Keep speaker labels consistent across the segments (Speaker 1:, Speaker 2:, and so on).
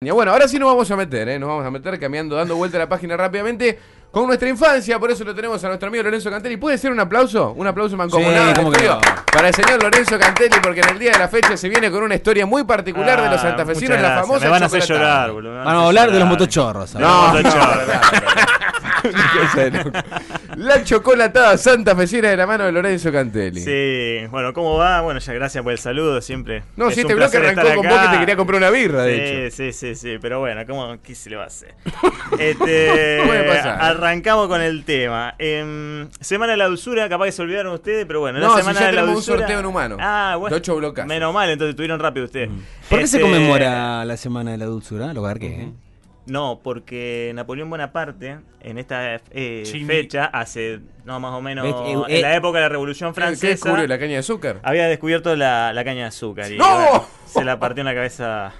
Speaker 1: Bueno, ahora sí nos vamos a meter, ¿eh? nos vamos a meter cambiando, dando vuelta a la página rápidamente con nuestra infancia. Por eso lo tenemos a nuestro amigo Lorenzo Cantelli. ¿Puede ser un aplauso? Un aplauso mancomunado
Speaker 2: Sí, ¿cómo que
Speaker 1: tío,
Speaker 2: no?
Speaker 1: para el señor Lorenzo Cantelli, porque en el día de la fecha se viene con una historia muy particular de los
Speaker 3: Ah,
Speaker 1: santafesinos,
Speaker 3: muchas
Speaker 1: la
Speaker 3: gracias.
Speaker 1: famosa.
Speaker 3: Me van a hacer
Speaker 1: chocolatada.
Speaker 3: llorar, boludo. me van
Speaker 2: Vamos a
Speaker 3: hacer
Speaker 2: hablar de los
Speaker 3: llorar.
Speaker 2: motochorros. ahora.
Speaker 1: No,
Speaker 3: Los
Speaker 1: no,
Speaker 3: motochorros.
Speaker 1: Qué serio. La chocolatada santafesina de la mano de Lorenzo Cantelli.
Speaker 3: Sí, bueno, ¿cómo va? Bueno, ya gracias por el saludo siempre.
Speaker 1: No,
Speaker 3: Es
Speaker 1: si
Speaker 3: un
Speaker 1: este bloque
Speaker 3: placer
Speaker 1: arrancó
Speaker 3: estar
Speaker 1: con
Speaker 3: acá.
Speaker 1: vos que te quería comprar una birra, de hecho.
Speaker 3: Sí, sí, sí, sí, pero bueno, ¿cómo, ¿qué se le va a hacer? Este,
Speaker 1: Puede pasar.
Speaker 3: Arrancamos con el tema. Em, semana de la dulzura, capaz que se olvidaron ustedes, pero bueno,
Speaker 1: No,
Speaker 3: la
Speaker 1: si
Speaker 3: semana
Speaker 1: ya
Speaker 3: de la
Speaker 1: tenemos un
Speaker 3: dulzura.
Speaker 1: sorteo en humano,
Speaker 3: Ah, bueno.
Speaker 1: de ocho blocazos.
Speaker 3: Menos mal, entonces estuvieron rápido ustedes.
Speaker 2: ¿Por qué se
Speaker 3: Este,
Speaker 2: conmemora la Semana de la Dulzura? Lo garqué, ¿eh?
Speaker 3: No, porque Napoleón Bonaparte, en esta eh,
Speaker 4: Jimmy.
Speaker 3: fecha, hace, no, más o menos,
Speaker 2: Ves, eh, eh.
Speaker 3: en la época de la Revolución
Speaker 1: ¿Qué
Speaker 3: Francesa, Ah.
Speaker 1: descubrió la caña de azúcar?
Speaker 3: había descubierto la, la caña de azúcar. Y,
Speaker 1: ¡No!
Speaker 3: bueno, se la partió en la cabeza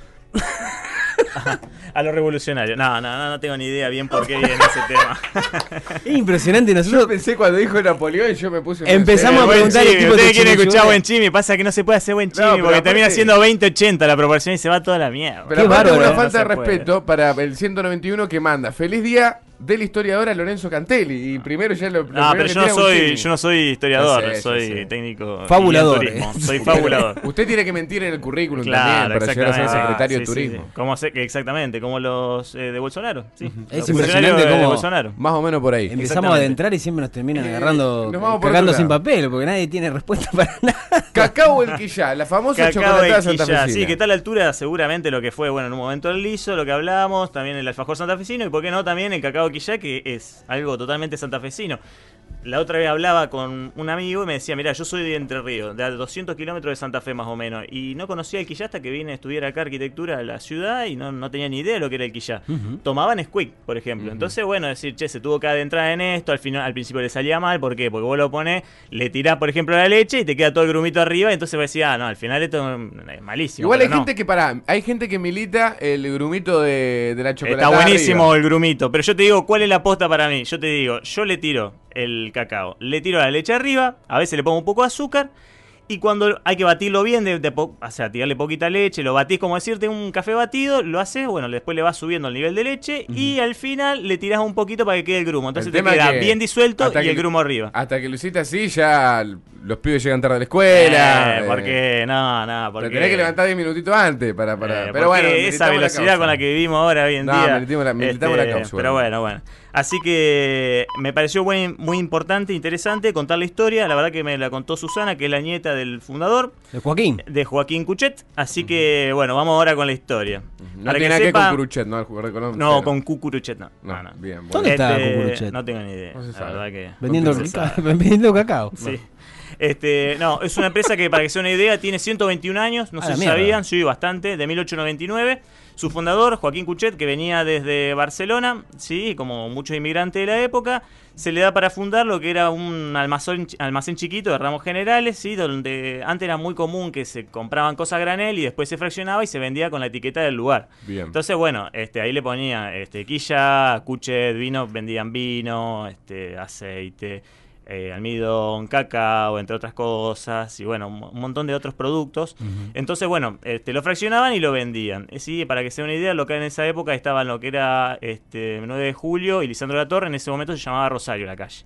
Speaker 3: a- a los revolucionarios. No, no, no, no tengo ni idea bien por qué viene ese tema.
Speaker 2: Es impresionante,
Speaker 1: Yo
Speaker 2: nosotros
Speaker 1: pensé cuando dijo Napoleón, yo me puse.
Speaker 2: Empezamos a
Speaker 3: Buen
Speaker 2: preguntar el
Speaker 3: chimi,
Speaker 2: tipo de
Speaker 3: Ustedes quieren
Speaker 2: chimichurri.
Speaker 3: escuchar buen chimi, pasa que no se puede hacer buen chimi
Speaker 1: pero
Speaker 3: porque termina
Speaker 1: aparte-
Speaker 3: siendo 20-80 la proporción y se va toda la mierda.
Speaker 1: Pero
Speaker 2: Qué
Speaker 1: aparte
Speaker 2: bárbaro,
Speaker 1: una
Speaker 2: ¿eh?
Speaker 1: falta
Speaker 3: No
Speaker 1: de
Speaker 3: se puede.
Speaker 1: respeto para el 191 que manda. Feliz día del historiador a Lorenzo Cantelli. Y primero ya lo. lo
Speaker 3: No,
Speaker 1: primero
Speaker 3: Ah, pero
Speaker 1: que
Speaker 3: yo no
Speaker 1: tira un
Speaker 3: soy,
Speaker 1: chimi.
Speaker 3: yo no soy historiador,
Speaker 1: Ya sé,
Speaker 3: soy
Speaker 1: ya sé.
Speaker 3: técnico.
Speaker 2: Fabulador,
Speaker 3: y en turismo,
Speaker 2: eh.
Speaker 3: Soy fabulador.
Speaker 1: Usted tiene que mentir en el currículum
Speaker 3: Claro,
Speaker 1: también para llegar a ser
Speaker 3: exactamente.
Speaker 1: secretario
Speaker 3: Ah,
Speaker 1: de
Speaker 3: sí, sí,
Speaker 1: turismo.
Speaker 3: sí. Como se- que exactamente, como los eh, de Bolsonaro. Sí. Los
Speaker 2: Es
Speaker 3: funcionarios
Speaker 2: impresionante
Speaker 3: de
Speaker 2: cómo-
Speaker 3: Bolsonaro.
Speaker 1: Más o menos por ahí.
Speaker 2: empezamos a adentrar y siempre nos terminan
Speaker 1: Eh,
Speaker 2: agarrando,
Speaker 1: nos vamos por
Speaker 2: cagando
Speaker 1: otro
Speaker 2: sin
Speaker 1: lado.
Speaker 2: papel, porque nadie tiene respuesta para nada.
Speaker 1: Cacao el Quillá, la famosa
Speaker 3: Cacao de
Speaker 1: chocolatada
Speaker 3: Quillá.
Speaker 1: santafesina.
Speaker 3: Sí, que está a la altura seguramente lo que fue, bueno, en un momento el liso, lo que hablábamos, también el alfajor santafesino y por qué no también el cacao quillá, que es algo totalmente santafesino. La otra vez hablaba con un amigo y me decía, mira, yo soy de Entre Ríos, de a 200 kilómetros de Santa Fe más o menos, y no conocía el quillá hasta que vine a estudiar acá arquitectura de la ciudad y no, no tenía ni idea de lo que era el quillá. Tomaban squeak, por ejemplo. Entonces, bueno, decir, che, se tuvo que adentrar en esto, al final al principio le salía mal, ¿por qué? Porque vos lo pones, le tirás, por ejemplo, la leche y te queda todo el grumito arriba, y entonces vos decís, ah, no, al final esto mm, es malísimo.
Speaker 1: Igual hay
Speaker 3: pero no.
Speaker 1: gente que pará, hay gente que milita el grumito de, de la
Speaker 3: Está
Speaker 1: chocolatada.
Speaker 3: buenísimo
Speaker 1: arriba.
Speaker 3: el grumito, pero yo te digo, ¿cuál es la posta para mí? Yo te digo, yo le tiro el cacao, le tiro la leche arriba, a veces le pongo un poco de azúcar, y cuando hay que batirlo bien, de, de po- o sea, tirarle poquita leche, lo batís como decirte un café batido, lo haces, bueno, después le vas subiendo el nivel de leche, y al final le tirás un poquito para que quede el grumo, entonces
Speaker 1: El
Speaker 3: te
Speaker 1: tema
Speaker 3: queda
Speaker 1: que
Speaker 3: bien disuelto
Speaker 1: hasta
Speaker 3: y
Speaker 1: que Ah,
Speaker 3: el
Speaker 1: lo-
Speaker 3: grumo arriba.
Speaker 1: Hasta que lo hiciste así, ya los pibes llegan tarde a la escuela.
Speaker 3: Eh,
Speaker 1: eh,
Speaker 3: porque, no, no, porque...
Speaker 1: Te tenés que levantar 10 minutitos antes para.
Speaker 3: Eh,
Speaker 1: para
Speaker 3: porque
Speaker 1: pero bueno,
Speaker 3: esa
Speaker 1: militamos la
Speaker 3: velocidad con la
Speaker 1: causa.
Speaker 3: que vivimos ahora hoy en
Speaker 1: No,
Speaker 3: día. este,
Speaker 1: militamos la- militamos la causa,
Speaker 3: Pero
Speaker 1: bueno.
Speaker 3: bueno, bueno. Así que me pareció muy, muy importante, interesante contar la historia. La verdad que me la contó Susana, que es la nieta del fundador,
Speaker 2: De Joaquín.
Speaker 3: de Joaquín Cuchet. Así que bueno, vamos ahora con la historia.
Speaker 1: No
Speaker 3: Para
Speaker 1: tiene nada
Speaker 3: sepa-
Speaker 1: que ver con Curuchet, ¿no? El jugador de Colombia.
Speaker 3: No, con Cucuruchet no.
Speaker 1: No,
Speaker 3: No, no.
Speaker 1: bien, bueno.
Speaker 2: ¿Dónde está
Speaker 3: Este,
Speaker 2: Cucuruchet?
Speaker 3: No tengo ni idea.
Speaker 1: No se
Speaker 3: la
Speaker 1: sabe.
Speaker 3: verdad que-
Speaker 2: Vendiendo,
Speaker 3: no se
Speaker 2: caca-
Speaker 3: sabe.
Speaker 2: vendiendo cacao.
Speaker 3: Sí. Este, no, es una empresa que para que sea una idea tiene 121 años, no
Speaker 2: A
Speaker 3: sé
Speaker 2: la
Speaker 3: si
Speaker 2: mierda.
Speaker 3: sabían, sí, bastante, de 1899. Su fundador, Joaquín Cuchet, que venía desde Barcelona, sí, como muchos inmigrantes de la época, se le da para fundar lo que era un almacén, almacén chiquito de ramos generales, sí, donde antes era muy común que se compraban cosas a granel y después se fraccionaba y se vendía con la etiqueta del lugar.
Speaker 1: Bien.
Speaker 3: Entonces, bueno, este, ahí le ponía este, quilla, cuchet, vino, vendían vino, este, aceite, eh, almidón, cacao, entre otras cosas, y bueno, un mo- un montón de otros productos. Entonces, bueno, este, lo fraccionaban y lo vendían. Eh, Sí, para que se den una idea, lo que en esa época estaban lo que era este, 9 de julio y Lisandro de la Torre, en ese momento se llamaba Rosario la calle.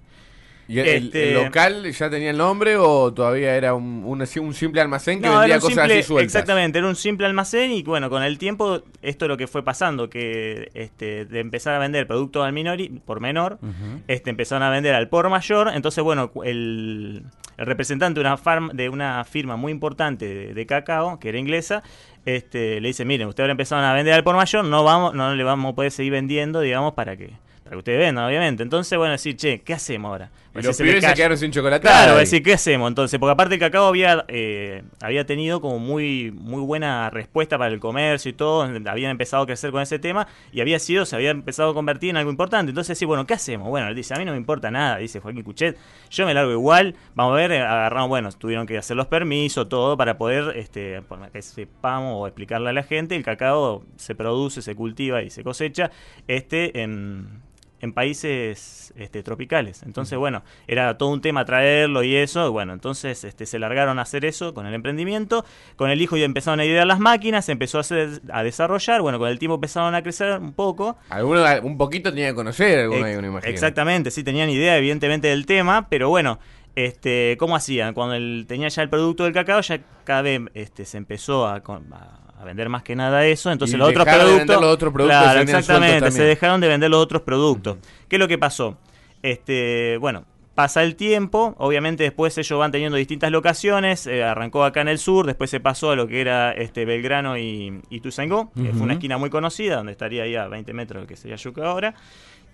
Speaker 1: ¿Y el, el-
Speaker 3: este-
Speaker 1: el local ya tenía el nombre o todavía era un, un- un simple almacén que
Speaker 3: No,
Speaker 1: vendía
Speaker 3: era un
Speaker 1: cosas
Speaker 3: simple-
Speaker 1: así sueltas?
Speaker 3: Exactamente, era un simple almacén y bueno, con el tiempo esto es lo que fue pasando, que este, de empezar a vender productos al minori, por menor, este, empezaron a vender al por mayor, entonces bueno, cu- el, el representante de una, farm- de una firma muy importante de, de cacao, que era inglesa, este, le dice, miren, ustedes ahora empezaron a vender al por mayor, no vamos no le vamos a poder seguir vendiendo, digamos, para que... Para que ustedes vendan, obviamente. Entonces, bueno, decir, che, ¿qué hacemos ahora?
Speaker 1: Y
Speaker 3: Pues
Speaker 1: los
Speaker 3: se le
Speaker 1: pibes se
Speaker 3: calla.
Speaker 1: quedaron sin chocolatada.
Speaker 3: Claro,
Speaker 1: ahí.
Speaker 3: es decir, ¿qué hacemos entonces? Porque aparte el cacao había, eh, había tenido como muy, muy buena respuesta para el comercio y todo, habían empezado a crecer con ese tema y había sido, se había empezado a convertir en algo importante. Entonces, sí, bueno, ¿qué hacemos? Bueno, él dice, a mí no me importa nada, dice Joaquín Cuchet, yo me largo igual, vamos a ver, eh, agarraron, bueno, tuvieron que hacer los permisos, todo, para poder, este, por más que sepamos o explicarle a la gente, el cacao se produce, se cultiva y se cosecha, este, en en países este, tropicales. Entonces, bueno, era todo un tema traerlo y eso. Bueno, entonces este, se largaron a hacer eso con el emprendimiento. Con el hijo ya empezaron a idear las máquinas, se empezó a, hacer, a desarrollar. Bueno, con el tiempo empezaron a crecer un poco.
Speaker 1: Alguno, un poquito tenía que conocer, alguno
Speaker 3: Ex-
Speaker 1: ahí, uno imagina.
Speaker 3: Exactamente, sí tenían idea evidentemente del tema, pero bueno, este, ¿cómo hacían? Cuando el, tenía ya el producto del cacao, ya cada vez este, se empezó a, con- a- a vender más que nada eso, entonces
Speaker 1: Y
Speaker 3: los otros
Speaker 1: dejaron de
Speaker 3: productos...
Speaker 1: vender los otros productos,
Speaker 3: Claro,
Speaker 1: se vendían
Speaker 3: exactamente,
Speaker 1: sueltos
Speaker 3: se
Speaker 1: también.
Speaker 3: dejaron de vender los otros productos. ¿Qué es lo que pasó? Este, bueno, pasa el tiempo, obviamente después ellos van teniendo distintas locaciones, eh, arrancó acá en el sur, después se pasó a lo que era este Belgrano y, y Tuzangó, que fue
Speaker 2: Ujú.
Speaker 3: una esquina muy conocida, donde estaría ahí a 20 metros de lo que sería Yuca ahora.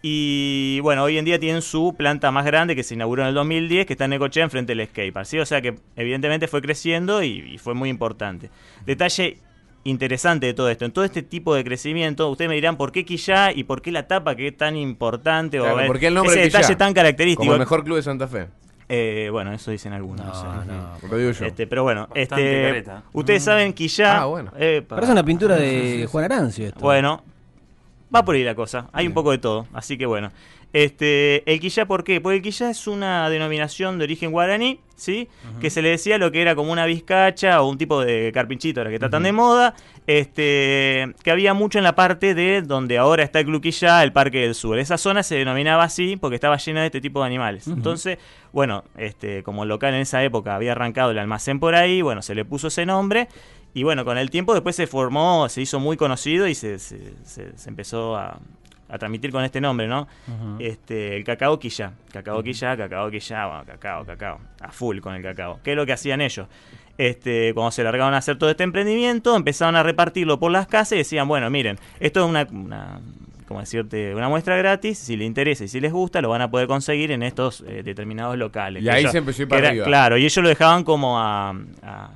Speaker 3: Y bueno, hoy en día tienen su planta más grande que se inauguró en el 2010, que está en Necochea, enfrente del skatepark. ¿sí? O sea que evidentemente fue creciendo y, y fue muy importante. Detalle interesante de todo esto. En todo este tipo de crecimiento, ustedes me dirán por qué Quillá y por qué la tapa que es tan importante
Speaker 1: Claro,
Speaker 3: o eh,
Speaker 1: ¿por qué el nombre
Speaker 3: ese
Speaker 1: Quillá?
Speaker 3: detalle tan característico.
Speaker 1: Como el mejor club de Santa Fe.
Speaker 3: Eh, bueno, eso dicen algunos. no sé.
Speaker 1: Lo digo yo.
Speaker 3: Este, pero bueno,
Speaker 4: Bastante
Speaker 3: este,
Speaker 4: careta. Mm.
Speaker 3: ustedes saben Quillá.
Speaker 1: Ah, bueno.
Speaker 3: Epa.
Speaker 2: Parece una pintura de Juan Arancio esto.
Speaker 3: Bueno, va por ahí la cosa. Hay un
Speaker 1: Bien.
Speaker 3: poco de todo, así que bueno. Este, el quillá, ¿por qué? Porque el quillá es una denominación de origen guaraní, ¿sí? Que se le decía lo que era como una vizcacha o un tipo de carpinchito, ahora que está tan de moda. Este, que había mucho en la parte de donde ahora está el Club Quillá, el Parque del Sur. Esa zona se denominaba así porque estaba llena de este tipo de animales. Entonces, bueno, este, como el local en esa época había arrancado el almacén por ahí, bueno, se le puso ese nombre. Y bueno, con el tiempo después se formó, se hizo muy conocido y se, se- se- se empezó a, a transmitir con este nombre, ¿no? este, el cacao quilla, cacao quilla, cacao quilla, bueno, cacao, cacao, a full con el cacao. ¿Qué es lo que hacían ellos? Este, cuando se largaron a hacer todo este emprendimiento, empezaron a repartirlo por las casas y decían, bueno, miren, esto es una, una como decirte, una muestra gratis, si les interesa y si les gusta, lo van a poder conseguir en estos eh, determinados locales.
Speaker 1: Y
Speaker 3: que
Speaker 1: ahí
Speaker 3: ellos-
Speaker 1: se empezó a ir
Speaker 3: que
Speaker 1: para
Speaker 3: era-
Speaker 1: arriba.
Speaker 3: Claro, y ellos lo dejaban como a... a-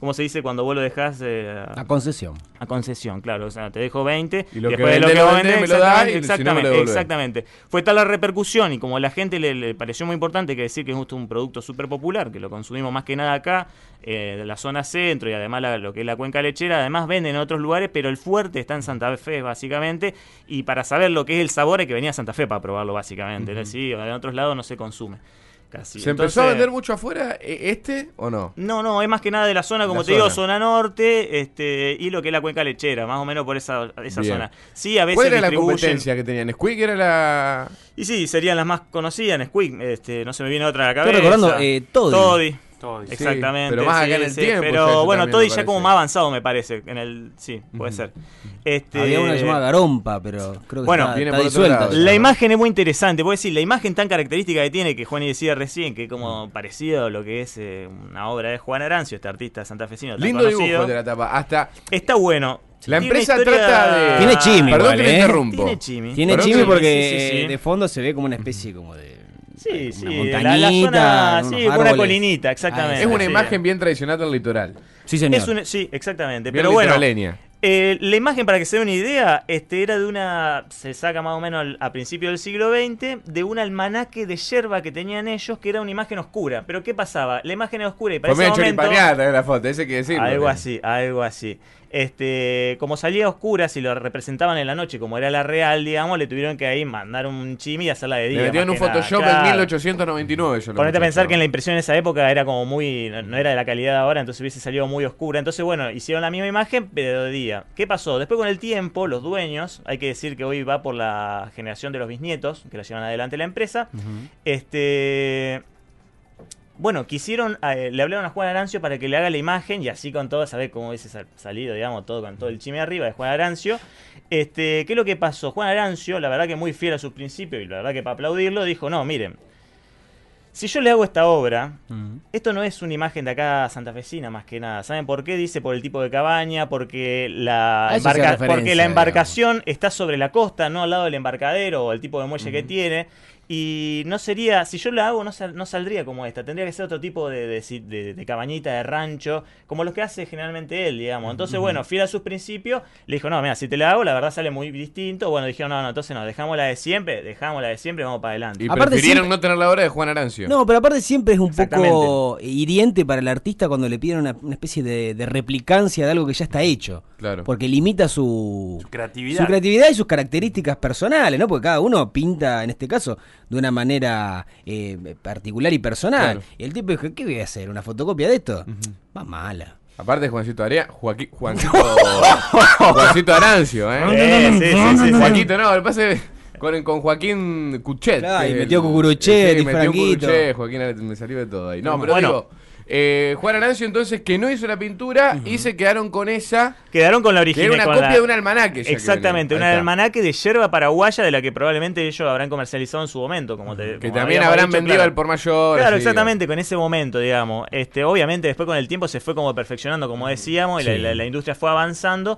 Speaker 3: ¿Cómo se dice cuando vos lo dejás? eh, a-
Speaker 2: La concesión.
Speaker 3: a concesión, claro, o sea, te dejo 20
Speaker 1: Y lo que
Speaker 3: después de
Speaker 1: vendés, lo
Speaker 3: vos
Speaker 1: vendés,
Speaker 3: vendés,
Speaker 1: me lo das y si no, me lo
Speaker 3: exactamente,
Speaker 1: devolvés.
Speaker 3: exactamente. Fue tal la repercusión y como a la gente le, le pareció muy importante que decir que es justo un producto súper popular, que lo consumimos más que nada acá, eh, de la zona centro y además la- lo que es la cuenca lechera, además venden en otros lugares, pero el fuerte está en Santa Fe básicamente y para saber lo que es el sabor hay que venir a Santa Fe para probarlo básicamente, ¿sí? en otros lados no se consume. Casi.
Speaker 1: ¿Se empezó a
Speaker 3: Entonces-
Speaker 1: vender mucho afuera eh, este o no?
Speaker 3: no, no, es más que nada de la zona, como
Speaker 1: La
Speaker 3: te digo,
Speaker 1: zona.
Speaker 3: zona norte este, y lo que es la cuenca lechera, más o menos por esa, esa
Speaker 1: Bien.
Speaker 3: zona. Sí, a veces
Speaker 1: ¿Cuál era la
Speaker 3: distribuyen-
Speaker 1: competencia que tenían? ¿Squeak era la...?
Speaker 3: Y sí, serían las más conocidas, Nesquik, este, no se me viene otra a la
Speaker 2: Estoy
Speaker 3: cabeza.
Speaker 2: recordando, eh, Toddy.
Speaker 4: Todo dice.
Speaker 1: Sí,
Speaker 3: Exactamente.
Speaker 1: pero más
Speaker 3: sí,
Speaker 1: acá en el
Speaker 3: sí,
Speaker 1: tiempo
Speaker 3: pero
Speaker 1: ya eso
Speaker 3: bueno,
Speaker 1: también
Speaker 3: Toddy
Speaker 1: me
Speaker 3: ya como
Speaker 1: parece.
Speaker 3: más avanzado, me parece. En el, sí, puede ser. Este,
Speaker 2: Había una llamada Garompa, pero creo que
Speaker 3: Bueno,
Speaker 2: está,
Speaker 1: viene
Speaker 2: está
Speaker 1: por otro
Speaker 2: disuelta.
Speaker 1: lado.
Speaker 2: ya.
Speaker 3: La imagen es muy interesante, puedo decir, la imagen tan característica que tiene, que Juan y decía recién, que es como parecido a lo que es eh, una obra de Juan Arancio, este artista santafesino tan
Speaker 1: Lindo
Speaker 3: conocido.
Speaker 1: dibujo de la tapa. Hasta...
Speaker 3: Está bueno.
Speaker 1: La
Speaker 3: Tiene
Speaker 1: empresa
Speaker 3: una historia-
Speaker 1: trata de...
Speaker 2: Tiene chimi
Speaker 1: Perdón
Speaker 2: igual,
Speaker 1: que le
Speaker 2: ¿eh?
Speaker 1: interrumpo.
Speaker 3: Tiene chimi.
Speaker 2: Tiene
Speaker 1: Perdón,
Speaker 2: chimi
Speaker 1: sí,
Speaker 2: porque
Speaker 3: sí, sí, sí.
Speaker 2: de fondo se ve como una especie como de.
Speaker 3: Sí, sí,
Speaker 2: una
Speaker 3: la, la zona,
Speaker 2: montañita,
Speaker 3: sí,
Speaker 2: unos
Speaker 3: una
Speaker 2: árboles.
Speaker 3: colinita, exactamente.
Speaker 1: Ah, Es una
Speaker 3: Sí.
Speaker 1: imagen bien tradicional del litoral.
Speaker 2: Sí, señor.
Speaker 3: Es un- sí, exactamente.
Speaker 1: Bien
Speaker 3: Pero bueno,
Speaker 1: litoraleña.
Speaker 3: eh, la imagen, para que se dé una idea, este, era de una. Se saca más o menos al- a principios del siglo XX, de un almanaque de yerba que tenían ellos, que era una imagen oscura. Pero ¿qué pasaba? La imagen era oscura y para
Speaker 1: Fue
Speaker 3: ese
Speaker 1: medio
Speaker 3: momento.
Speaker 1: choripaneada también la foto, ese que decirlo. ¿eh?
Speaker 3: algo
Speaker 1: ¿no?
Speaker 3: así, algo así. Este, como salía a oscuras y lo representaban en la noche, como era la real, digamos, le tuvieron que ahí mandar un chimi y hacerla de día.
Speaker 1: Le metieron
Speaker 3: más
Speaker 1: un
Speaker 3: que nada.
Speaker 1: Photoshop
Speaker 3: Claro.
Speaker 1: en 1899. yo lo
Speaker 3: Ponete a
Speaker 1: mucho,
Speaker 3: pensar
Speaker 1: ¿no?
Speaker 3: que en la impresión en esa época era como muy. No, no era de la calidad de ahora, entonces hubiese salido muy oscura. Entonces, bueno, hicieron la misma imagen, pero de día. ¿Qué pasó? Después, con el tiempo, los dueños, hay que decir que hoy va por la generación de los bisnietos, que la llevan adelante la empresa, este. Bueno, quisieron, eh, le hablaron a Juan Arancio para que le haga la imagen y así con todo, saber cómo hubiese sal- salido, digamos, todo con todo el chime arriba de Juan Arancio. Este, ¿Qué es lo que pasó? Juan Arancio, la verdad que muy fiel a sus principios y la verdad que para aplaudirlo, dijo, no, miren, si yo le hago esta obra,
Speaker 2: Mm.
Speaker 3: esto no es una imagen de acá santafesina más que nada. ¿Saben por qué? Dice por el tipo de cabaña, porque la,
Speaker 2: A eso hacía
Speaker 3: embarca-
Speaker 2: referencia,
Speaker 3: porque la
Speaker 2: digamos.
Speaker 3: embarcación está sobre la costa, no al lado del embarcadero o el tipo de muelle que tiene. Y no sería, si yo la hago, no, sal- no saldría como esta. Tendría que ser otro tipo de, de si- de- de cabañita, de rancho, como los que hace generalmente él, digamos. Entonces, bueno, fiel a sus principios, le dijo, no, mira, si te la hago, la verdad sale muy distinto. Bueno, dijeron, no, no, entonces no, dejamos la de siempre, dejamos la de siempre, vamos para adelante.
Speaker 1: Y
Speaker 2: Aparte
Speaker 1: prefirieron
Speaker 2: siempre-
Speaker 1: no tener la obra de Juan Arancio.
Speaker 2: No, pero aparte siempre es un poco
Speaker 3: Exactamente.
Speaker 2: hiriente para el artista cuando le piden una, una especie de, de replicancia de algo que ya está hecho.
Speaker 1: Claro.
Speaker 2: Porque limita su,
Speaker 4: Su
Speaker 2: su
Speaker 4: creatividad.
Speaker 2: creatividad y sus características personales, ¿no? Porque cada uno pinta, en este caso, de una manera eh, particular y personal.
Speaker 1: Claro.
Speaker 2: Y el tipo dijo, ¿qué voy a hacer? ¿Una fotocopia de esto? Va mala.
Speaker 1: Aparte Juancito Aria, Joaquín, Juancito, Juancito Arancio, ¿eh?
Speaker 3: Eh, sí, sí, sí, sí.
Speaker 1: Joaquito, no, el pase con, con Joaquín Cuchet.
Speaker 2: Claro, y
Speaker 1: que-
Speaker 2: metió Cucuruchet
Speaker 1: sí,
Speaker 2: y
Speaker 1: metió
Speaker 2: Franquito.
Speaker 1: Cucuruchet, Joaquín, Arancio, me salió de todo ahí. No, pero
Speaker 3: Bueno.
Speaker 1: digo, eh, Juan Arancio entonces que no hizo la pintura y se quedaron con esa,
Speaker 3: Quedaron con la
Speaker 1: que
Speaker 3: original.
Speaker 1: era una
Speaker 3: con
Speaker 1: copia
Speaker 3: la-
Speaker 1: de un almanaque. ya que
Speaker 3: Exactamente, un
Speaker 1: venía. Ahí está.
Speaker 3: almanaque de yerba paraguaya de la que probablemente ellos habrán comercializado en su momento, como te
Speaker 1: Que
Speaker 3: como
Speaker 1: también
Speaker 3: habíamos
Speaker 1: habrán
Speaker 3: dicho,
Speaker 1: vendido
Speaker 3: claro.
Speaker 1: al por mayor.
Speaker 3: Claro,
Speaker 1: así,
Speaker 3: exactamente, con ese momento, digamos. Este, obviamente, después con el tiempo se fue como perfeccionando, como decíamos, y la,
Speaker 2: Sí.
Speaker 3: la- la industria fue avanzando.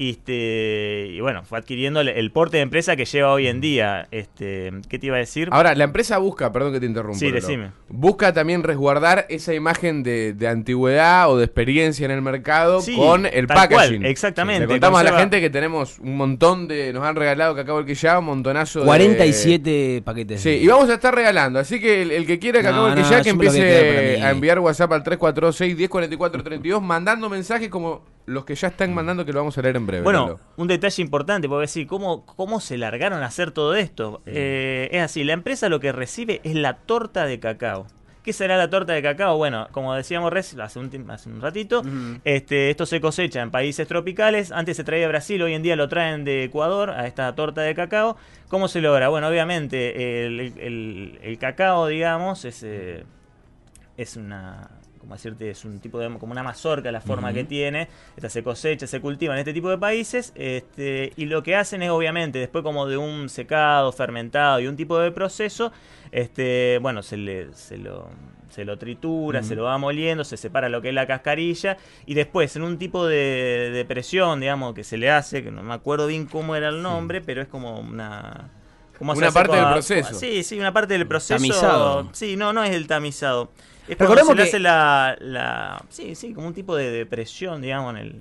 Speaker 3: Y, este, y bueno, fue adquiriendo el, el porte de empresa que lleva hoy en día. Este, ¿Qué te iba a decir?
Speaker 1: Ahora, la empresa busca, perdón que te interrumpa.
Speaker 3: Sí,
Speaker 1: Lolo,
Speaker 3: decime.
Speaker 1: Busca también resguardar esa imagen de, de antigüedad o de experiencia en el mercado
Speaker 3: Sí,
Speaker 1: con el
Speaker 3: tal cual,
Speaker 1: packaging.
Speaker 3: exactamente,
Speaker 1: Le contamos a la
Speaker 3: conserva-
Speaker 1: gente que tenemos un montón de. Nos han regalado Cacao ya un montonazo de.
Speaker 2: 47 paquetes.
Speaker 1: Sí, y vamos a estar regalando. Así que el, el que quiera
Speaker 2: No,
Speaker 1: Cacao
Speaker 2: no,
Speaker 1: ya que
Speaker 2: yo me lo voy a quedar para
Speaker 1: empiece
Speaker 2: mí.
Speaker 1: a enviar WhatsApp al 346-1044-32 mandando mensajes como los que ya están mandando que lo vamos a leer en breve.
Speaker 3: Bueno,
Speaker 1: Lolo.
Speaker 3: un detalle importante, porque decir, ¿cómo, ¿cómo se largaron a hacer todo esto? Eh, es así, la empresa lo que recibe es la torta de cacao. ¿Qué será la torta de cacao? Bueno, como decíamos res- hace un, tim- hace un ratito, este, esto se cosecha en países tropicales. Antes se traía de Brasil, hoy en día lo traen de Ecuador a esta torta de cacao. ¿Cómo se logra? Bueno, obviamente el, el- el cacao, digamos, es... eh, es una como decirte es un tipo de como una mazorca la forma que tiene esta se cosecha se cultiva en este tipo de países este, y lo que hacen es obviamente después como de un secado fermentado y un tipo de proceso este bueno se le se lo se lo tritura, se lo va moliendo, se separa lo que es la cascarilla y después en un tipo de, de presión, digamos, que se le hace, que no me acuerdo bien cómo era el nombre, pero es como una... como se
Speaker 1: Una
Speaker 3: hace
Speaker 1: parte del
Speaker 3: con-
Speaker 1: proceso.
Speaker 3: Sí, sí, una parte del proceso.
Speaker 2: Tamizado.
Speaker 3: Sí, no, no es el tamizado. Es
Speaker 2: Recordemos
Speaker 3: cuando se le
Speaker 2: que-
Speaker 3: hace la, la- Sí, sí, como un tipo de depresión, digamos, en el,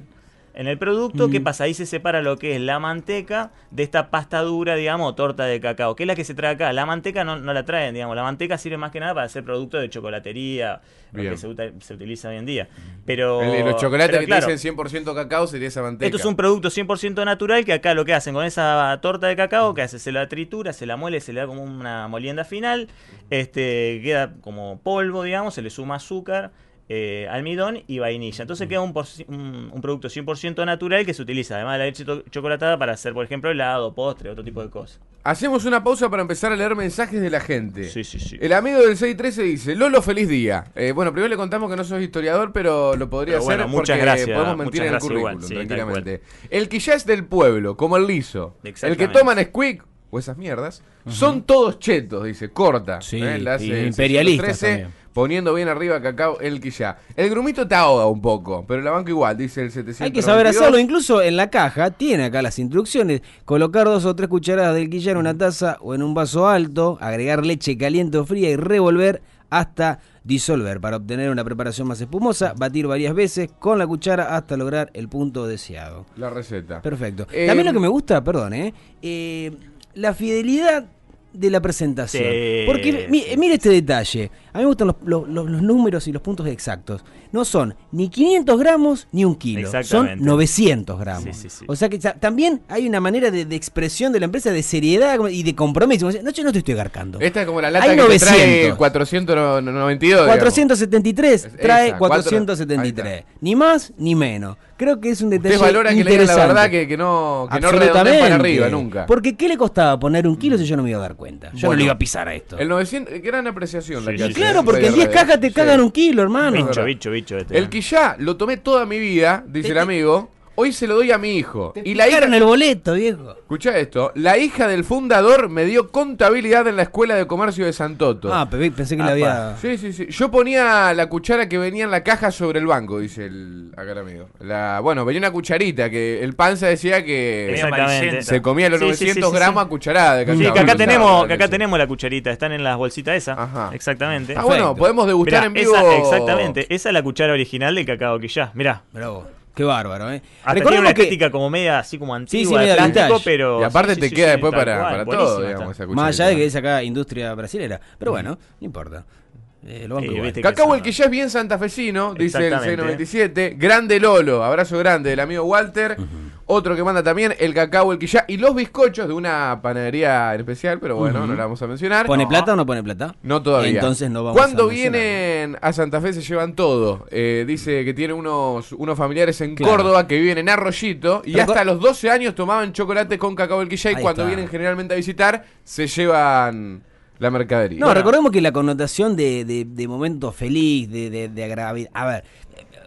Speaker 3: en el producto.
Speaker 1: Mm.
Speaker 3: ¿Qué pasa? Ahí se separa lo que es la manteca de esta pasta dura, digamos, o torta de cacao, que es la que se trae acá. La manteca no, no la traen, digamos. La manteca sirve más que nada para hacer producto de chocolatería, lo
Speaker 1: Bien.
Speaker 3: que se, uta- se utiliza hoy en día. Pero.
Speaker 1: El de los chocolates
Speaker 3: pero
Speaker 1: que
Speaker 3: claro,
Speaker 1: te dicen 100% cacao sería esa manteca.
Speaker 3: esto es un producto 100% natural que acá lo que hacen con esa torta de cacao, que hace, se la tritura, se la muele, se le da como una molienda final, este queda como polvo, digamos, se le suma azúcar, eh, almidón y vainilla.
Speaker 1: Mm.
Speaker 3: Entonces queda un, por- un- un producto 100% natural que se utiliza, además de la leche to- chocolatada, para hacer, por ejemplo, helado, postre, otro tipo de cosas.
Speaker 1: Hacemos una pausa para empezar a leer mensajes de la gente.
Speaker 3: Sí, sí, sí.
Speaker 1: El amigo del 613 dice, Lolo, feliz día. Eh, bueno, primero le contamos que no sos historiador, pero lo podría
Speaker 3: Pero bueno,
Speaker 1: hacer
Speaker 3: muchas
Speaker 1: porque
Speaker 3: gracias,
Speaker 1: podemos mentir
Speaker 3: muchas
Speaker 1: en el
Speaker 3: gracias
Speaker 1: currículum,
Speaker 3: igual, sí, tal
Speaker 1: tranquilamente. El que ya es del pueblo, como el liso, el que
Speaker 3: Exactamente.
Speaker 1: toman squeak o esas mierdas, son todos chetos, dice, corta. Eh,
Speaker 2: Sí,
Speaker 1: La hace
Speaker 2: y
Speaker 1: el
Speaker 2: imperialistas
Speaker 1: 613,
Speaker 2: también.
Speaker 1: Poniendo bien arriba cacao el que ya. El grumito te ahoga un poco, pero la banca igual, dice el 700.
Speaker 2: Hay que saber hacerlo, incluso en la caja tiene acá las instrucciones, colocar dos o tres cucharadas del quilla en una taza o en un vaso alto, agregar leche caliente o fría y revolver hasta disolver para obtener una preparación más espumosa, batir varias veces con la cuchara hasta lograr el punto deseado.
Speaker 1: La receta.
Speaker 2: Perfecto.
Speaker 1: Eh,
Speaker 2: También lo que me gusta, perdón, ¿eh? Eh, la fidelidad de la presentación.
Speaker 3: Sí.
Speaker 2: Porque mi- mire este detalle. A mí me gustan los, los- los- los números y los puntos exactos. No son ni 500 gramos ni un kilo. Son
Speaker 3: Exactamente.
Speaker 2: 900 gramos.
Speaker 3: Sí, sí, sí.
Speaker 2: O sea que ta- también hay una manera de, de expresión de la empresa de seriedad y de compromiso. Como decir, No, yo no te estoy garcando.
Speaker 1: Esta es como la lata
Speaker 2: Hay
Speaker 1: que te trae
Speaker 2: 900.
Speaker 1: 492. digamos.
Speaker 2: 473
Speaker 1: Es-
Speaker 2: trae
Speaker 1: esa, cuatro-
Speaker 2: 473. Ni más ni menos. Creo que es un detalle
Speaker 1: Ustedes valoran que le digan la
Speaker 2: interesante.
Speaker 1: verdad que, que no, que no redondeen para arriba nunca.
Speaker 2: Porque ¿qué le costaba poner un kilo si yo no me iba a dar cuenta? Yo no
Speaker 1: Bueno.
Speaker 2: le iba a pisar a esto.
Speaker 1: El 900, eh, gran apreciación la que
Speaker 3: Sí, sí,
Speaker 1: hace.
Speaker 3: sí.
Speaker 2: claro, porque
Speaker 1: Radio
Speaker 2: en 10
Speaker 1: Radio.
Speaker 2: cajas te
Speaker 1: Sí.
Speaker 2: cagan un kilo, hermano.
Speaker 1: Pincho.
Speaker 3: Bicho, bicho, bicho. Este.
Speaker 1: El quillá lo tomé toda mi vida, dice el
Speaker 2: Este-
Speaker 1: amigo. hoy se lo doy a mi hijo.
Speaker 2: Te
Speaker 1: Y la hija,
Speaker 2: picaron el boleto, viejo.
Speaker 1: escucha esto, la hija del fundador me dio contabilidad en la escuela de comercio de Santoto.
Speaker 2: Ah, pe- pensé que
Speaker 3: Ah,
Speaker 2: le había.
Speaker 1: Sí, sí, sí. Yo ponía la cuchara que venía en la caja sobre el banco, dice el acá el amigo. La, bueno, venía una cucharita que el panza decía que
Speaker 4: Medio
Speaker 3: Exactamente.
Speaker 4: amarillenta.
Speaker 1: se comía los
Speaker 3: Sí, sí,
Speaker 1: 900
Speaker 3: sí, sí,
Speaker 1: gramos
Speaker 3: sí.
Speaker 1: a cucharada de
Speaker 3: Sí,
Speaker 1: cacao.
Speaker 3: que acá
Speaker 1: No
Speaker 3: tenemos,
Speaker 1: sabe,
Speaker 3: que acá
Speaker 1: sí.
Speaker 3: tenemos la cucharita, están en las bolsitas esas.
Speaker 1: Ajá.
Speaker 3: Exactamente.
Speaker 1: Ah, bueno,
Speaker 2: Perfecto.
Speaker 1: podemos degustar
Speaker 3: Mirá,
Speaker 1: en vivo.
Speaker 3: esa- exactamente, esa es la cuchara original del cacao quillá. Mirá,
Speaker 2: Bravo. Qué bárbaro, ¿eh?
Speaker 3: hasta tiene una
Speaker 2: Recordemos que.
Speaker 3: estética como media así como
Speaker 2: sí,
Speaker 3: antigua,
Speaker 2: media
Speaker 3: de plástico,
Speaker 2: vintage.
Speaker 3: pero
Speaker 1: Y aparte
Speaker 3: sí,
Speaker 1: te
Speaker 3: sí,
Speaker 1: queda
Speaker 3: sí,
Speaker 1: después
Speaker 3: tal
Speaker 1: para,
Speaker 3: cual,
Speaker 1: para
Speaker 3: buenísima
Speaker 1: todo,
Speaker 3: está.
Speaker 1: digamos, esa cucharita.
Speaker 2: Más allá de que es acá industria brasilera. Pero bueno, no importa. Eh, lo banco
Speaker 3: Eh,
Speaker 2: igual.
Speaker 3: viste
Speaker 1: Cacao
Speaker 3: que
Speaker 1: el que ya es bien santafesino, dice el
Speaker 3: Exactamente.
Speaker 1: 697. Grande Lolo, abrazo grande del amigo Walter. Otro que manda también el cacao el que ya y los bizcochos de una panadería en especial, pero bueno, no la vamos a mencionar.
Speaker 2: ¿Pone
Speaker 1: No.
Speaker 2: plata o no pone plata?
Speaker 1: No todavía.
Speaker 2: Entonces no vamos
Speaker 1: Cuando
Speaker 2: a mencionarlo.
Speaker 1: vienen a Santa Fe se llevan todo. Eh, dice que tiene unos, unos familiares en
Speaker 2: Claro.
Speaker 1: Córdoba que viven en Arroyito y
Speaker 2: Pero
Speaker 1: hasta
Speaker 2: co-
Speaker 1: los 12 años tomaban chocolate con cacao del quillá y
Speaker 2: Ahí
Speaker 1: cuando
Speaker 2: está.
Speaker 1: vienen generalmente a visitar se llevan la mercadería.
Speaker 2: No,
Speaker 1: Bueno,
Speaker 2: recordemos que la connotación de, de- de momento feliz, de, de, de agravi- A ver,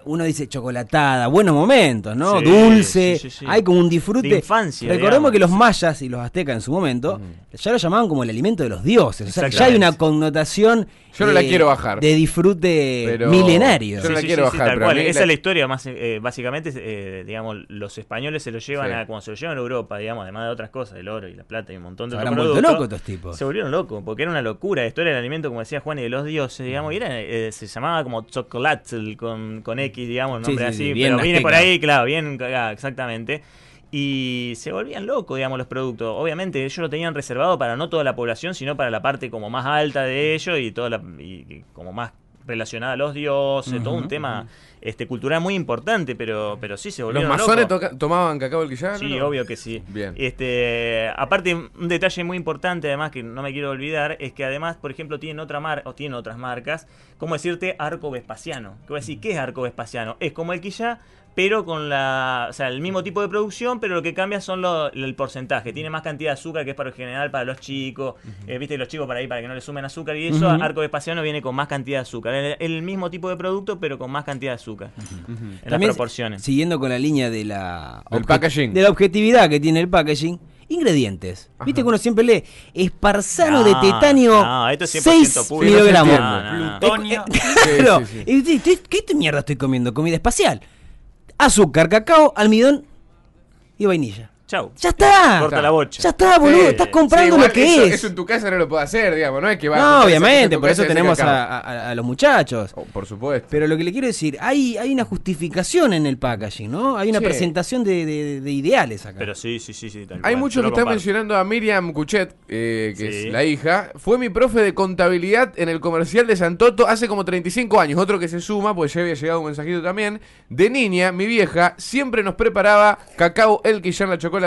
Speaker 2: uno dice chocolatada, buenos momentos, ¿no?
Speaker 3: Sí,
Speaker 2: Dulce.
Speaker 3: sí, sí, sí.
Speaker 2: Hay como un disfrute.
Speaker 3: De infancia,
Speaker 2: Recordemos
Speaker 3: digamos.
Speaker 2: que los mayas y los aztecas en su momento ya lo llamaban como el alimento de los dioses. O sea, que ya hay
Speaker 3: Exactamente.
Speaker 2: una connotación.
Speaker 1: Yo no la quiero bajar.
Speaker 2: De disfrute
Speaker 1: Pero-
Speaker 2: milenario.
Speaker 1: Yo no la quiero bajar,
Speaker 3: tal
Speaker 1: pero a
Speaker 3: cual.
Speaker 1: mí
Speaker 3: Esa
Speaker 1: la-
Speaker 3: es la historia más, eh, básicamente, eh, digamos, los españoles se lo llevan
Speaker 1: Sí.
Speaker 3: a, como se lo llevan a Europa, digamos, además de otras cosas, el oro y la plata y un montón de
Speaker 2: Se
Speaker 3: otros
Speaker 2: habrán vuelto
Speaker 3: productos,
Speaker 2: locos estos tipos.
Speaker 3: Se volvieron locos, porque era una locura, la historia del alimento, como decía Juan, y de los dioses, digamos, y era, eh, se llamaba como chocolatl con, con X, digamos, un
Speaker 2: Sí,
Speaker 3: nombre
Speaker 2: sí,
Speaker 3: así,
Speaker 2: sí, bien
Speaker 3: pero viene por
Speaker 2: azteca.
Speaker 3: ahí, claro, bien, ah, exactamente. Y se volvían locos, digamos, los productos. Obviamente, ellos lo tenían reservado para no toda la población, sino para la parte como más alta de ellos y toda la, y- y como más relacionada a los dioses, todo un tema este cultural muy importante, pero, pero sí se
Speaker 1: los
Speaker 3: volvieron
Speaker 1: masones
Speaker 3: locos.
Speaker 1: toca- tomaban cacao del quillá.
Speaker 3: Sí,
Speaker 1: ¿no?
Speaker 3: obvio que sí.
Speaker 1: Bien.
Speaker 3: Este, aparte, un detalle muy importante, además, que no me quiero olvidar, es que además, por ejemplo, tienen otra mar o tienen otras marcas, como decirte arco vespasiano. Que voy a decir, ¿qué es arco vespasiano? Es como el quilla, pero con la. O sea, el mismo tipo de producción, pero lo que cambia son lo- el porcentaje. Tiene más cantidad de azúcar que es para lo general para los chicos. eh, Viste, los chicos para ahí para que no le sumen azúcar y eso,
Speaker 2: Ujú.
Speaker 3: arco vespasiano viene con más cantidad de azúcar. El, el mismo tipo de producto, pero con más cantidad de azúcar.
Speaker 2: También,
Speaker 3: En las proporciones.
Speaker 2: Siguiendo con la línea de la,
Speaker 1: Del
Speaker 2: obje-
Speaker 1: packaging.
Speaker 2: de la objetividad que tiene el packaging. Ingredientes. Viste que uno siempre lee esparzano de
Speaker 3: No,
Speaker 2: tetanio
Speaker 3: no, esto es 100%
Speaker 2: 6
Speaker 3: puro.
Speaker 2: miligramos.
Speaker 1: Sí, no se
Speaker 3: entiende. No, no, no.
Speaker 4: Plutonio.
Speaker 2: Eh, claro.
Speaker 1: Sí, sí, sí.
Speaker 2: Y usted, ¿usted ¿Qué te mierda estoy comiendo? Comida espacial. Azúcar, cacao, almidón y vainilla.
Speaker 3: Chau.
Speaker 2: ¡Ya está!
Speaker 3: Corta la bocha.
Speaker 2: Ya está, Ah, boludo. Estás
Speaker 1: Sí,
Speaker 2: comprando
Speaker 1: igual
Speaker 2: lo que
Speaker 1: eso,
Speaker 2: es.
Speaker 1: Eso en tu casa no lo puedo hacer, digamos, no es que vas a tu
Speaker 2: No,
Speaker 1: casa,
Speaker 2: obviamente.
Speaker 1: en tu
Speaker 2: Por
Speaker 1: casa
Speaker 2: eso
Speaker 1: y haces
Speaker 2: tenemos
Speaker 1: cacao.
Speaker 2: a, a- a los muchachos.
Speaker 1: Oh, por supuesto.
Speaker 2: Pero lo que le quiero decir, hay, hay una justificación en el packaging, ¿no? Hay una
Speaker 1: Sí.
Speaker 2: presentación de, de- de ideales acá.
Speaker 3: Pero sí, sí, sí, sí. tal
Speaker 1: Hay
Speaker 3: cual,
Speaker 1: muchos
Speaker 3: yo
Speaker 1: que
Speaker 3: lo
Speaker 1: están
Speaker 3: comparto.
Speaker 1: mencionando a Miriam Cuchet, eh, que
Speaker 3: Sí.
Speaker 1: es la hija. Fue mi profe de contabilidad en el comercial de Santoto hace como 35 años. Otro que se suma, pues ya había llegado un mensajito también. De niña, mi vieja siempre nos preparaba cacao el quillán, la chocolatada.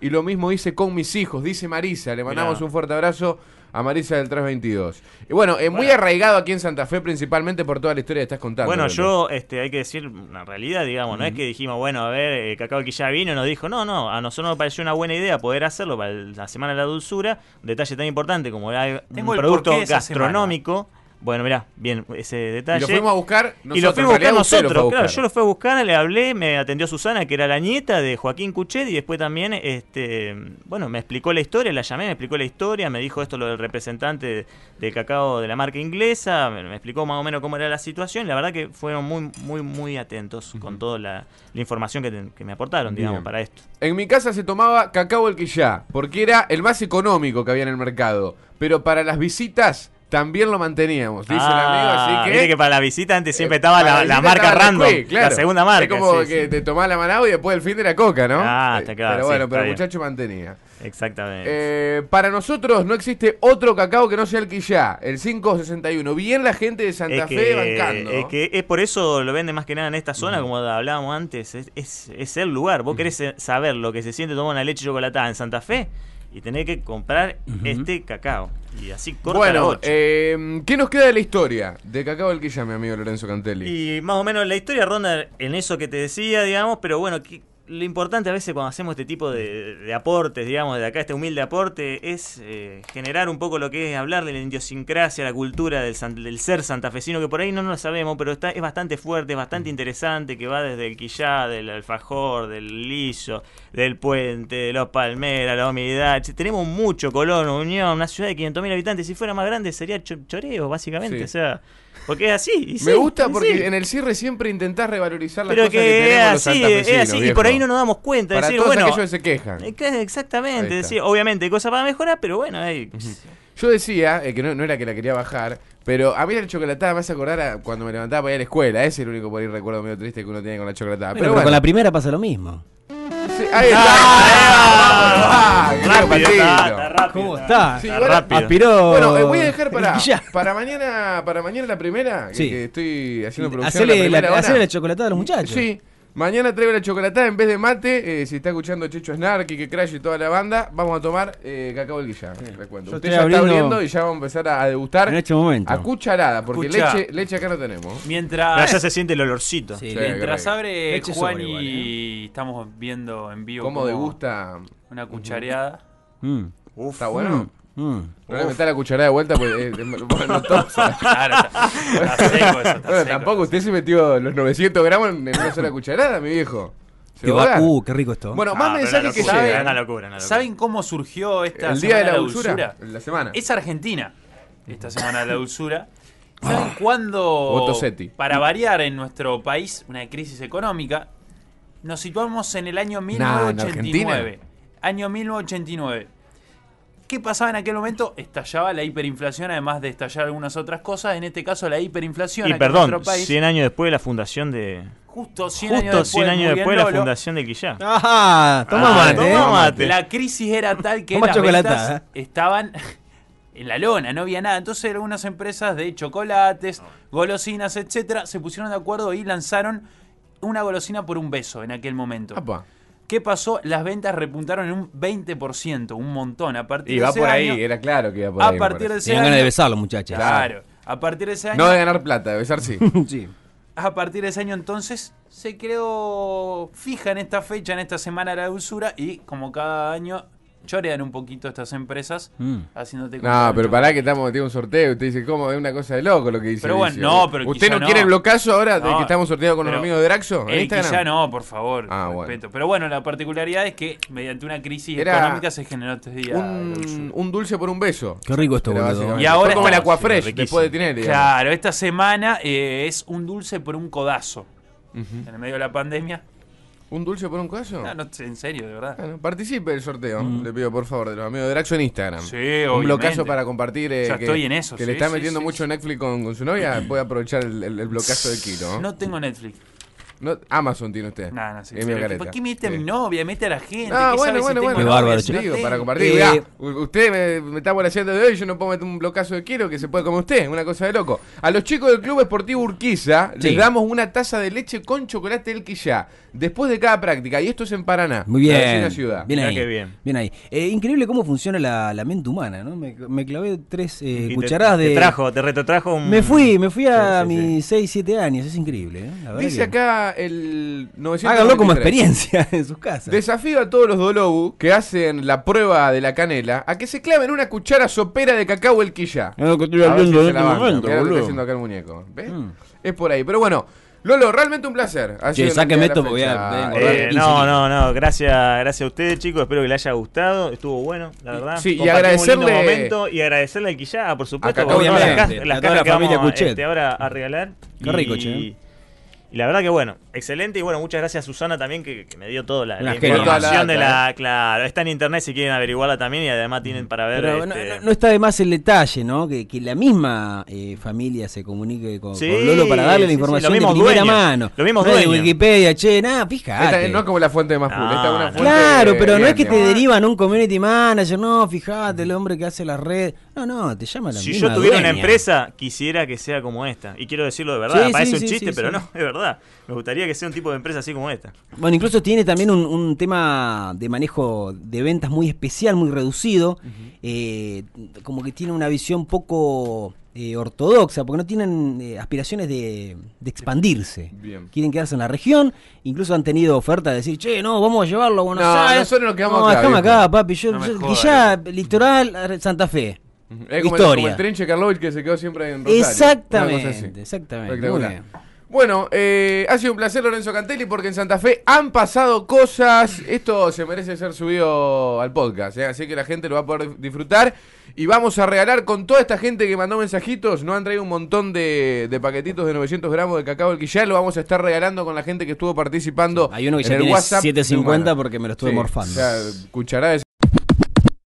Speaker 1: Y lo mismo hice con mis hijos, dice Marisa. Le mandamos
Speaker 3: Mirá.
Speaker 1: un fuerte abrazo. A Marisa del 322. Y bueno, eh, muy
Speaker 3: Bueno.
Speaker 1: arraigado aquí en Santa Fe, principalmente por toda la historia que estás contando.
Speaker 3: Bueno,
Speaker 1: Lolo.
Speaker 3: yo, este, hay que decir una realidad, digamos, no es que dijimos, bueno, a ver, eh, Cacao que ya vino y nos dijo, no, no, a nosotros nos pareció una buena idea poder hacerlo para el- la Semana de la Dulzura, un detalle tan importante como era un
Speaker 4: Tengo el
Speaker 3: producto
Speaker 4: porqué de esa
Speaker 3: gastronómico. Bueno, mirá, bien, ese
Speaker 1: Y
Speaker 3: detalle.
Speaker 1: lo fuimos a buscar nosotros.
Speaker 3: Y lo
Speaker 1: en
Speaker 3: fuimos a buscar
Speaker 1: realidad usted lo
Speaker 3: nosotros,
Speaker 1: fue a
Speaker 3: claro,
Speaker 1: buscar.
Speaker 3: yo lo fui a buscar, le hablé, me atendió Susana, que era la nieta de Joaquín Cuchet, y después también, este, bueno, me explicó la historia, la llamé, me explicó la historia, me dijo esto lo del representante de, de cacao de la marca inglesa, me, me explicó más o menos cómo era la situación, la verdad que fueron muy, muy, muy atentos con toda la, la información que, te- que me aportaron, digamos,
Speaker 1: Bien.
Speaker 3: para esto.
Speaker 1: En mi casa se tomaba cacao el quillá, porque era el más económico que había en el mercado. Pero para las visitas también lo manteníamos, dice
Speaker 3: Ah,
Speaker 1: el amigo, así que...
Speaker 3: viste que para la visita antes siempre
Speaker 1: eh,
Speaker 3: estaba
Speaker 1: para
Speaker 3: la, la
Speaker 1: visita
Speaker 3: marca
Speaker 1: estaba
Speaker 3: random,
Speaker 1: Nesquik, claro.
Speaker 3: la segunda marca.
Speaker 1: Es como
Speaker 3: sí,
Speaker 1: que
Speaker 3: sí.
Speaker 1: te tomás la manada y después el fin de la coca, ¿no?
Speaker 3: Ah,
Speaker 1: Eh,
Speaker 3: está claro,
Speaker 1: Pero
Speaker 3: sí,
Speaker 1: bueno,
Speaker 3: está
Speaker 1: pero el
Speaker 3: bien.
Speaker 1: muchacho mantenía.
Speaker 3: Exactamente.
Speaker 1: Eh, para nosotros no existe otro cacao que no sea el quillá, el 561. Bien la gente de Santa
Speaker 3: es que,
Speaker 1: Fe bancando.
Speaker 3: Es que es por eso lo vende más que nada en esta zona, como hablábamos antes. Es, es- es el lugar. Vos querés eh, saber lo que se siente tomar una leche chocolatada en Santa Fe y tener que comprar este cacao. Y así corta la
Speaker 1: bueno,
Speaker 3: bocha.
Speaker 1: eh, ¿qué nos queda de la historia de cacao el quillá, mi amigo Lorenzo Cantelli?
Speaker 3: Y más o menos la historia ronda en eso que te decía, digamos, pero bueno, ¿qué, lo importante a veces cuando hacemos este tipo de, de aportes, digamos, de acá, este humilde aporte, es eh, generar un poco lo que es hablar de la idiosincrasia, la cultura del, san- del ser santafesino, que por ahí no lo sabemos, pero está, es bastante fuerte, es bastante interesante, que va desde el quillá, del alfajor, del liso, del puente, de los palmeras, la humedad. Che, Tenemos mucho Colón, Unión, una ciudad de 500.000 habitantes. Si fuera más grande sería cho- choreo, básicamente.
Speaker 1: Sí.
Speaker 3: O sea, porque es así. y sí,
Speaker 1: Me gusta
Speaker 3: es
Speaker 1: porque
Speaker 3: así.
Speaker 1: en el cierre siempre intentás revalorizar las
Speaker 3: Pero que,
Speaker 1: cosas que, tenemos
Speaker 3: es
Speaker 1: los
Speaker 3: así, es
Speaker 1: santafesinos,
Speaker 3: así, y
Speaker 1: viejo.
Speaker 3: por ahí no nos damos cuenta.
Speaker 1: Para
Speaker 3: decir,
Speaker 1: todos
Speaker 3: bueno,
Speaker 1: aquellos que se quejan.
Speaker 3: eh, que- Exactamente,
Speaker 1: Ahí
Speaker 3: es
Speaker 1: está.
Speaker 3: decir, obviamente hay cosas para mejorar, pero bueno, ahí-
Speaker 1: Yo decía, eh, que no, no era que la quería bajar, pero a mí la chocolatada me hace acordar a cuando me levantaba para ir a la escuela. Ese es el único por ahí recuerdo medio triste que uno tiene con la chocolatada.
Speaker 2: Bueno, pero
Speaker 1: pero bueno,
Speaker 2: con la primera pasa lo mismo.
Speaker 1: sí, ahí está.
Speaker 3: Ah,
Speaker 1: Ah,
Speaker 3: ah,
Speaker 1: qué
Speaker 3: rápido,
Speaker 1: patino.
Speaker 3: está, está rápido,
Speaker 2: ¿Cómo está?
Speaker 1: Sí,
Speaker 3: está
Speaker 1: igual-
Speaker 3: rápido.
Speaker 2: Aspiró.
Speaker 1: Bueno, eh, voy a dejar para,
Speaker 2: el quillá.
Speaker 1: para mañana para mañana la primera, que,
Speaker 2: Sí.
Speaker 1: que estoy haciendo producción. la
Speaker 2: Hacele la,
Speaker 1: primera hora.
Speaker 2: hacele la chocolatada a los muchachos.
Speaker 1: Sí. Mañana traigo la chocolatada en vez de mate. eh, si está escuchando Checho Snark y que Crash y toda la banda, vamos a tomar eh, cacao del guillá. les cuento.
Speaker 2: Yo
Speaker 1: Usted ya
Speaker 2: estoy
Speaker 1: está
Speaker 2: abriendo-
Speaker 1: abriendo y ya vamos a empezar a, a degustar
Speaker 2: En este momento.
Speaker 1: a cucharada, porque
Speaker 4: Escuchá.
Speaker 1: leche, leche acá no tenemos.
Speaker 3: Pero
Speaker 4: Mientras,
Speaker 3: ya se siente el olorcito.
Speaker 2: Sí.
Speaker 1: Ah. Sí,
Speaker 4: mientras
Speaker 1: qué rico.
Speaker 4: abre
Speaker 2: Leche
Speaker 4: Juan
Speaker 2: sobra
Speaker 4: y
Speaker 2: igual, ¿eh?
Speaker 4: estamos viendo en vivo
Speaker 1: ¿Cómo degusta?
Speaker 4: una cuchareada.
Speaker 2: Mm,
Speaker 3: Uf.
Speaker 1: ¿Está bueno?
Speaker 2: mm.
Speaker 1: No le metá la cucharada de vuelta porque eh, bueno, todo-
Speaker 4: Claro, está, está seco eso, está
Speaker 1: Bueno,
Speaker 4: seco.
Speaker 1: tampoco usted se metió los 900 gramos en en una sola cucharada, mi viejo. ¿Se
Speaker 2: Qué
Speaker 1: va a
Speaker 2: va-
Speaker 1: ahogar?
Speaker 2: uh, qué rico esto.
Speaker 1: Bueno,
Speaker 3: Ah,
Speaker 1: más
Speaker 3: pero
Speaker 1: mensajes que
Speaker 3: una locura,
Speaker 4: sabe-
Speaker 3: Una
Speaker 1: llegan.
Speaker 3: locura, una locura.
Speaker 4: ¿Saben cómo surgió esta
Speaker 1: El día de
Speaker 4: Semana
Speaker 1: la dulzura, la semana.
Speaker 4: Es Argentina, esta Semana de la Dulzura.
Speaker 1: Ah.
Speaker 4: ¿Saben cuándo,
Speaker 1: Voto Seti.
Speaker 4: para variar en nuestro país, una crisis económica, nos situamos en el año
Speaker 1: Nah, ¿en
Speaker 4: 1989? año 1989. ¿Qué pasaba en aquel momento? Estallaba la hiperinflación, además de estallar algunas otras cosas. En este caso, la hiperinflación
Speaker 3: Y
Speaker 4: acá en
Speaker 3: perdón,
Speaker 4: nuestro país.
Speaker 3: 100 años después de la fundación de.
Speaker 4: justo 100 años
Speaker 3: Justo
Speaker 4: después,
Speaker 3: 100 años
Speaker 4: muy bien,
Speaker 3: después de la
Speaker 4: Lolo,
Speaker 3: fundación de Quillá.
Speaker 2: Ajá, toma
Speaker 3: Ah,
Speaker 2: mate.
Speaker 3: toma
Speaker 2: eh.
Speaker 3: mate.
Speaker 4: La crisis era tal que
Speaker 2: Toma
Speaker 4: las
Speaker 2: chocolatada.
Speaker 1: ¿eh?
Speaker 4: ventas estaban en la lona, no había nada. Entonces algunas empresas de chocolates, golosinas, etcétera, se pusieron de acuerdo y lanzaron una golosina por un beso en aquel momento.
Speaker 1: Apa.
Speaker 4: ¿Qué pasó? Las ventas repuntaron en un 20%, un montón. A partir
Speaker 1: Y
Speaker 4: de
Speaker 1: va
Speaker 4: ese
Speaker 1: por ahí, eh.
Speaker 4: año-
Speaker 1: era claro que iba por
Speaker 4: a
Speaker 1: ahí. me
Speaker 4: partir de
Speaker 1: parece.
Speaker 4: ese
Speaker 2: Tenían
Speaker 4: año-
Speaker 2: ganas de besarlo, muchachos.
Speaker 4: Claro. A partir de ese año.
Speaker 1: No de ganar plata, de besar sí.
Speaker 2: Sí.
Speaker 4: A partir de ese año entonces se quedó fija en esta fecha, en esta semana de la usura y como cada año chorean un poquito estas empresas
Speaker 2: Mm.
Speaker 4: haciéndote
Speaker 1: No,
Speaker 4: comprar
Speaker 1: pero
Speaker 4: chocolate.
Speaker 1: pará que estamos metiendo un sorteo. Usted dice, ¿cómo? Es una cosa de loco lo que dice.
Speaker 4: Pero bueno,
Speaker 1: Vicio.
Speaker 4: no, pero
Speaker 1: ¿Usted
Speaker 4: quizá
Speaker 1: no
Speaker 4: no.
Speaker 1: quiere el blocazo ahora de
Speaker 4: No,
Speaker 1: que estamos sorteando con los
Speaker 4: pero-
Speaker 1: amigos de Draxo? ¿En
Speaker 4: Eh,
Speaker 1: Instagram?
Speaker 4: quizá no, por favor,
Speaker 1: Ah,
Speaker 4: con
Speaker 1: bueno.
Speaker 4: respeto. Pero bueno, la particularidad es que mediante una crisis
Speaker 1: Era
Speaker 4: económica se generó este día. de la
Speaker 1: Un,
Speaker 4: usura.
Speaker 1: un dulce por un beso.
Speaker 2: Qué rico esto,
Speaker 1: Era
Speaker 2: boludo.
Speaker 1: básicamente.
Speaker 4: Y ahora
Speaker 1: Fue como el
Speaker 4: estamos-
Speaker 1: Aquafresh
Speaker 3: Sí, riquísimo.
Speaker 1: después de Tinelli. digamos.
Speaker 4: Claro, esta semana eh, es un dulce por un codazo. En el medio de la pandemia.
Speaker 1: ¿Un dulce por un caso?
Speaker 4: No, no, en serio, de verdad.
Speaker 1: Bueno, participe del sorteo,
Speaker 2: Mm.
Speaker 1: le pido por favor, de los amigos de Draxo en Instagram.
Speaker 4: Sí,
Speaker 1: Un
Speaker 4: obviamente.
Speaker 1: blocazo para compartir. eh,
Speaker 4: Ya
Speaker 1: que,
Speaker 4: estoy en eso,
Speaker 1: Que le
Speaker 4: sí,
Speaker 1: está
Speaker 4: sí,
Speaker 1: metiendo
Speaker 4: sí,
Speaker 1: mucho
Speaker 4: sí.
Speaker 1: Netflix con, con su novia. Voy a aprovechar el, el- el blocazo de Kilo.
Speaker 4: No tengo Netflix.
Speaker 1: No- Amazon tiene usted.
Speaker 4: Nada, no, sí.
Speaker 1: Es
Speaker 4: pero
Speaker 1: medio
Speaker 4: que-
Speaker 1: Eh, careta.
Speaker 4: ¿Por qué mete a
Speaker 1: Sí.
Speaker 4: mi novia? Mete a la gente.
Speaker 1: Ah, bueno,
Speaker 4: ¿qué sabe si
Speaker 1: bueno,
Speaker 4: tengo
Speaker 1: bueno.
Speaker 2: Qué
Speaker 4: novia,
Speaker 2: bárbaro,
Speaker 4: si
Speaker 2: che.
Speaker 4: no
Speaker 1: Digo,
Speaker 4: tengo?
Speaker 1: para compartir.
Speaker 2: Eh,
Speaker 1: mirá, u- usted me, me está volaseando de hoy. Yo no puedo meter un blocazo de Kilo que se puede comer usted. Una cosa de loco. A los chicos del Club Esportivo Urquiza
Speaker 2: Sí.
Speaker 1: les damos una taza de leche con chocolate del Quillá. Después de cada práctica. Y esto es en Paraná.
Speaker 2: Muy
Speaker 1: la vecina
Speaker 2: bien.
Speaker 1: ciudad.
Speaker 2: Bien
Speaker 3: Mirá
Speaker 2: ahí.
Speaker 3: qué bien.
Speaker 2: ahí. Eh, increíble cómo funciona la, la mente humana, ¿no? Me, me clavé tres eh,
Speaker 3: Y te-
Speaker 2: cucharadas de.
Speaker 3: Te trajo, te retrotrajo un.
Speaker 2: Me
Speaker 1: Mm.
Speaker 2: fui, me fui a
Speaker 3: Sí, sí, sí.
Speaker 2: mis 6, 7 años. Es increíble, ¿eh? La verdad
Speaker 1: Dice
Speaker 2: que-
Speaker 1: acá el 900.
Speaker 2: Háganlo como experiencia en sus casas.
Speaker 1: Desafío a todos los Dolobu que hacen la prueba de la canela a que se claven una cuchara sopera de cacao el quillá.
Speaker 2: Es lo que estoy
Speaker 1: A ver
Speaker 2: hablando
Speaker 1: si Ah,
Speaker 2: en
Speaker 1: se la
Speaker 2: este
Speaker 1: banca. Mirá
Speaker 2: momento,
Speaker 1: lo que está
Speaker 2: boludo.
Speaker 1: haciendo acá el muñeco. ¿Ves?
Speaker 2: Mm.
Speaker 1: Es por ahí. Pero bueno, Lolo, realmente un placer. Ha
Speaker 2: Che,
Speaker 1: sido el
Speaker 2: sáqueme
Speaker 1: día de la
Speaker 2: esto porque voy a-
Speaker 1: fecha.
Speaker 2: voy a engordar.
Speaker 3: Eh,
Speaker 1: Eh,
Speaker 3: no, no, no, gracias, gracias a ustedes chicos, espero que les haya gustado, estuvo bueno, la verdad.
Speaker 1: Sí, y
Speaker 3: Compartimos un lindo
Speaker 1: agradecerle-
Speaker 3: momento y agradecerle al Quillá, por supuesto,
Speaker 1: Acá,
Speaker 3: por todas las,
Speaker 2: obviamente,
Speaker 3: cajas- las
Speaker 2: a toda
Speaker 3: cajas
Speaker 2: la
Speaker 3: que vamos
Speaker 2: familia
Speaker 3: a,
Speaker 2: Cuchet.
Speaker 3: este, ahora a regalar.
Speaker 2: Qué rico,
Speaker 3: y,
Speaker 2: che.
Speaker 3: Y la verdad que bueno, excelente y bueno, muchas gracias a Susana también que, que me dio toda la, la
Speaker 2: Una genia.
Speaker 3: información de
Speaker 1: Toda la data,
Speaker 3: la... Claro, está en internet si quieren averiguarla también y además tienen para ver...
Speaker 2: Pero no,
Speaker 3: este,
Speaker 2: no- no está de más el detalle, ¿no? Que, que la misma eh, familia se comunique con, con
Speaker 3: Sí,
Speaker 2: Lolo para darle
Speaker 3: sí,
Speaker 2: la
Speaker 3: sí,
Speaker 2: información
Speaker 3: los
Speaker 2: de
Speaker 3: mismos
Speaker 2: primera
Speaker 3: dueños,
Speaker 2: mano.
Speaker 3: los mismos
Speaker 2: No es de
Speaker 3: dueños.
Speaker 2: Wikipedia, che, nada, fíjate.
Speaker 1: esta no es como la fuente de más
Speaker 3: No,
Speaker 1: pura, esta es
Speaker 2: Ah.
Speaker 1: una
Speaker 3: no.
Speaker 1: fuente
Speaker 2: Claro, pero no
Speaker 1: bien,
Speaker 2: es que te
Speaker 1: digamos.
Speaker 2: derivan a un community manager, no, fíjate, el hombre que hace la red. No, no, te llama la
Speaker 3: Si
Speaker 2: misma
Speaker 3: yo tuviera una
Speaker 2: dueña.
Speaker 3: empresa, quisiera que sea como esta. Y quiero decirlo de verdad,
Speaker 2: Sí,
Speaker 3: parece
Speaker 2: sí,
Speaker 3: un
Speaker 2: sí, sí,
Speaker 3: chiste, pero
Speaker 2: sí.
Speaker 3: no, es verdad. Me gustaría que sea un tipo de empresa así como esta.
Speaker 2: Bueno, incluso tiene también un, un tema de manejo de ventas muy especial, muy reducido. Eh, como que tiene una visión poco eh, ortodoxa, porque no tienen eh, aspiraciones de, de expandirse.
Speaker 1: Bien.
Speaker 2: Quieren quedarse en la región, incluso han tenido ofertas de decir, che, no, vamos a llevarlo a Buenos
Speaker 1: No,
Speaker 2: Aires.
Speaker 1: nosotros nos quedamos
Speaker 2: no,
Speaker 1: acá,
Speaker 2: dejame
Speaker 1: viejo.
Speaker 2: acá, papi. Yo,
Speaker 4: No me
Speaker 2: yo-
Speaker 4: jodas.
Speaker 2: Guillá, Litoral, Santa Fe.
Speaker 1: Ujú. Es como el,
Speaker 2: Historia.
Speaker 1: como el trinche Karlovich que se quedó siempre en Rosario. Una cosa
Speaker 2: Exactamente,
Speaker 1: así.
Speaker 2: exactamente. Muy
Speaker 1: Espectacular.
Speaker 2: bien.
Speaker 1: Bueno, eh, ha sido un placer Lorenzo Cantelli porque en Santa Fe han pasado cosas. Esto se merece ser subido al podcast, ¿eh? así que la gente lo va a poder disfrutar. Y vamos a regalar con toda esta gente que mandó mensajitos. Nos han traído un montón de, de paquetitos de 900 gramos de cacao el quillal. Lo vamos a estar regalando con la gente que estuvo participando.
Speaker 2: Hay uno que
Speaker 1: en
Speaker 2: ya
Speaker 1: el
Speaker 2: tiene
Speaker 1: WhatsApp de
Speaker 2: 7.50
Speaker 1: Humana.
Speaker 2: porque me lo estuve
Speaker 1: Sí,
Speaker 2: morfando.
Speaker 1: o sea, cucharadas de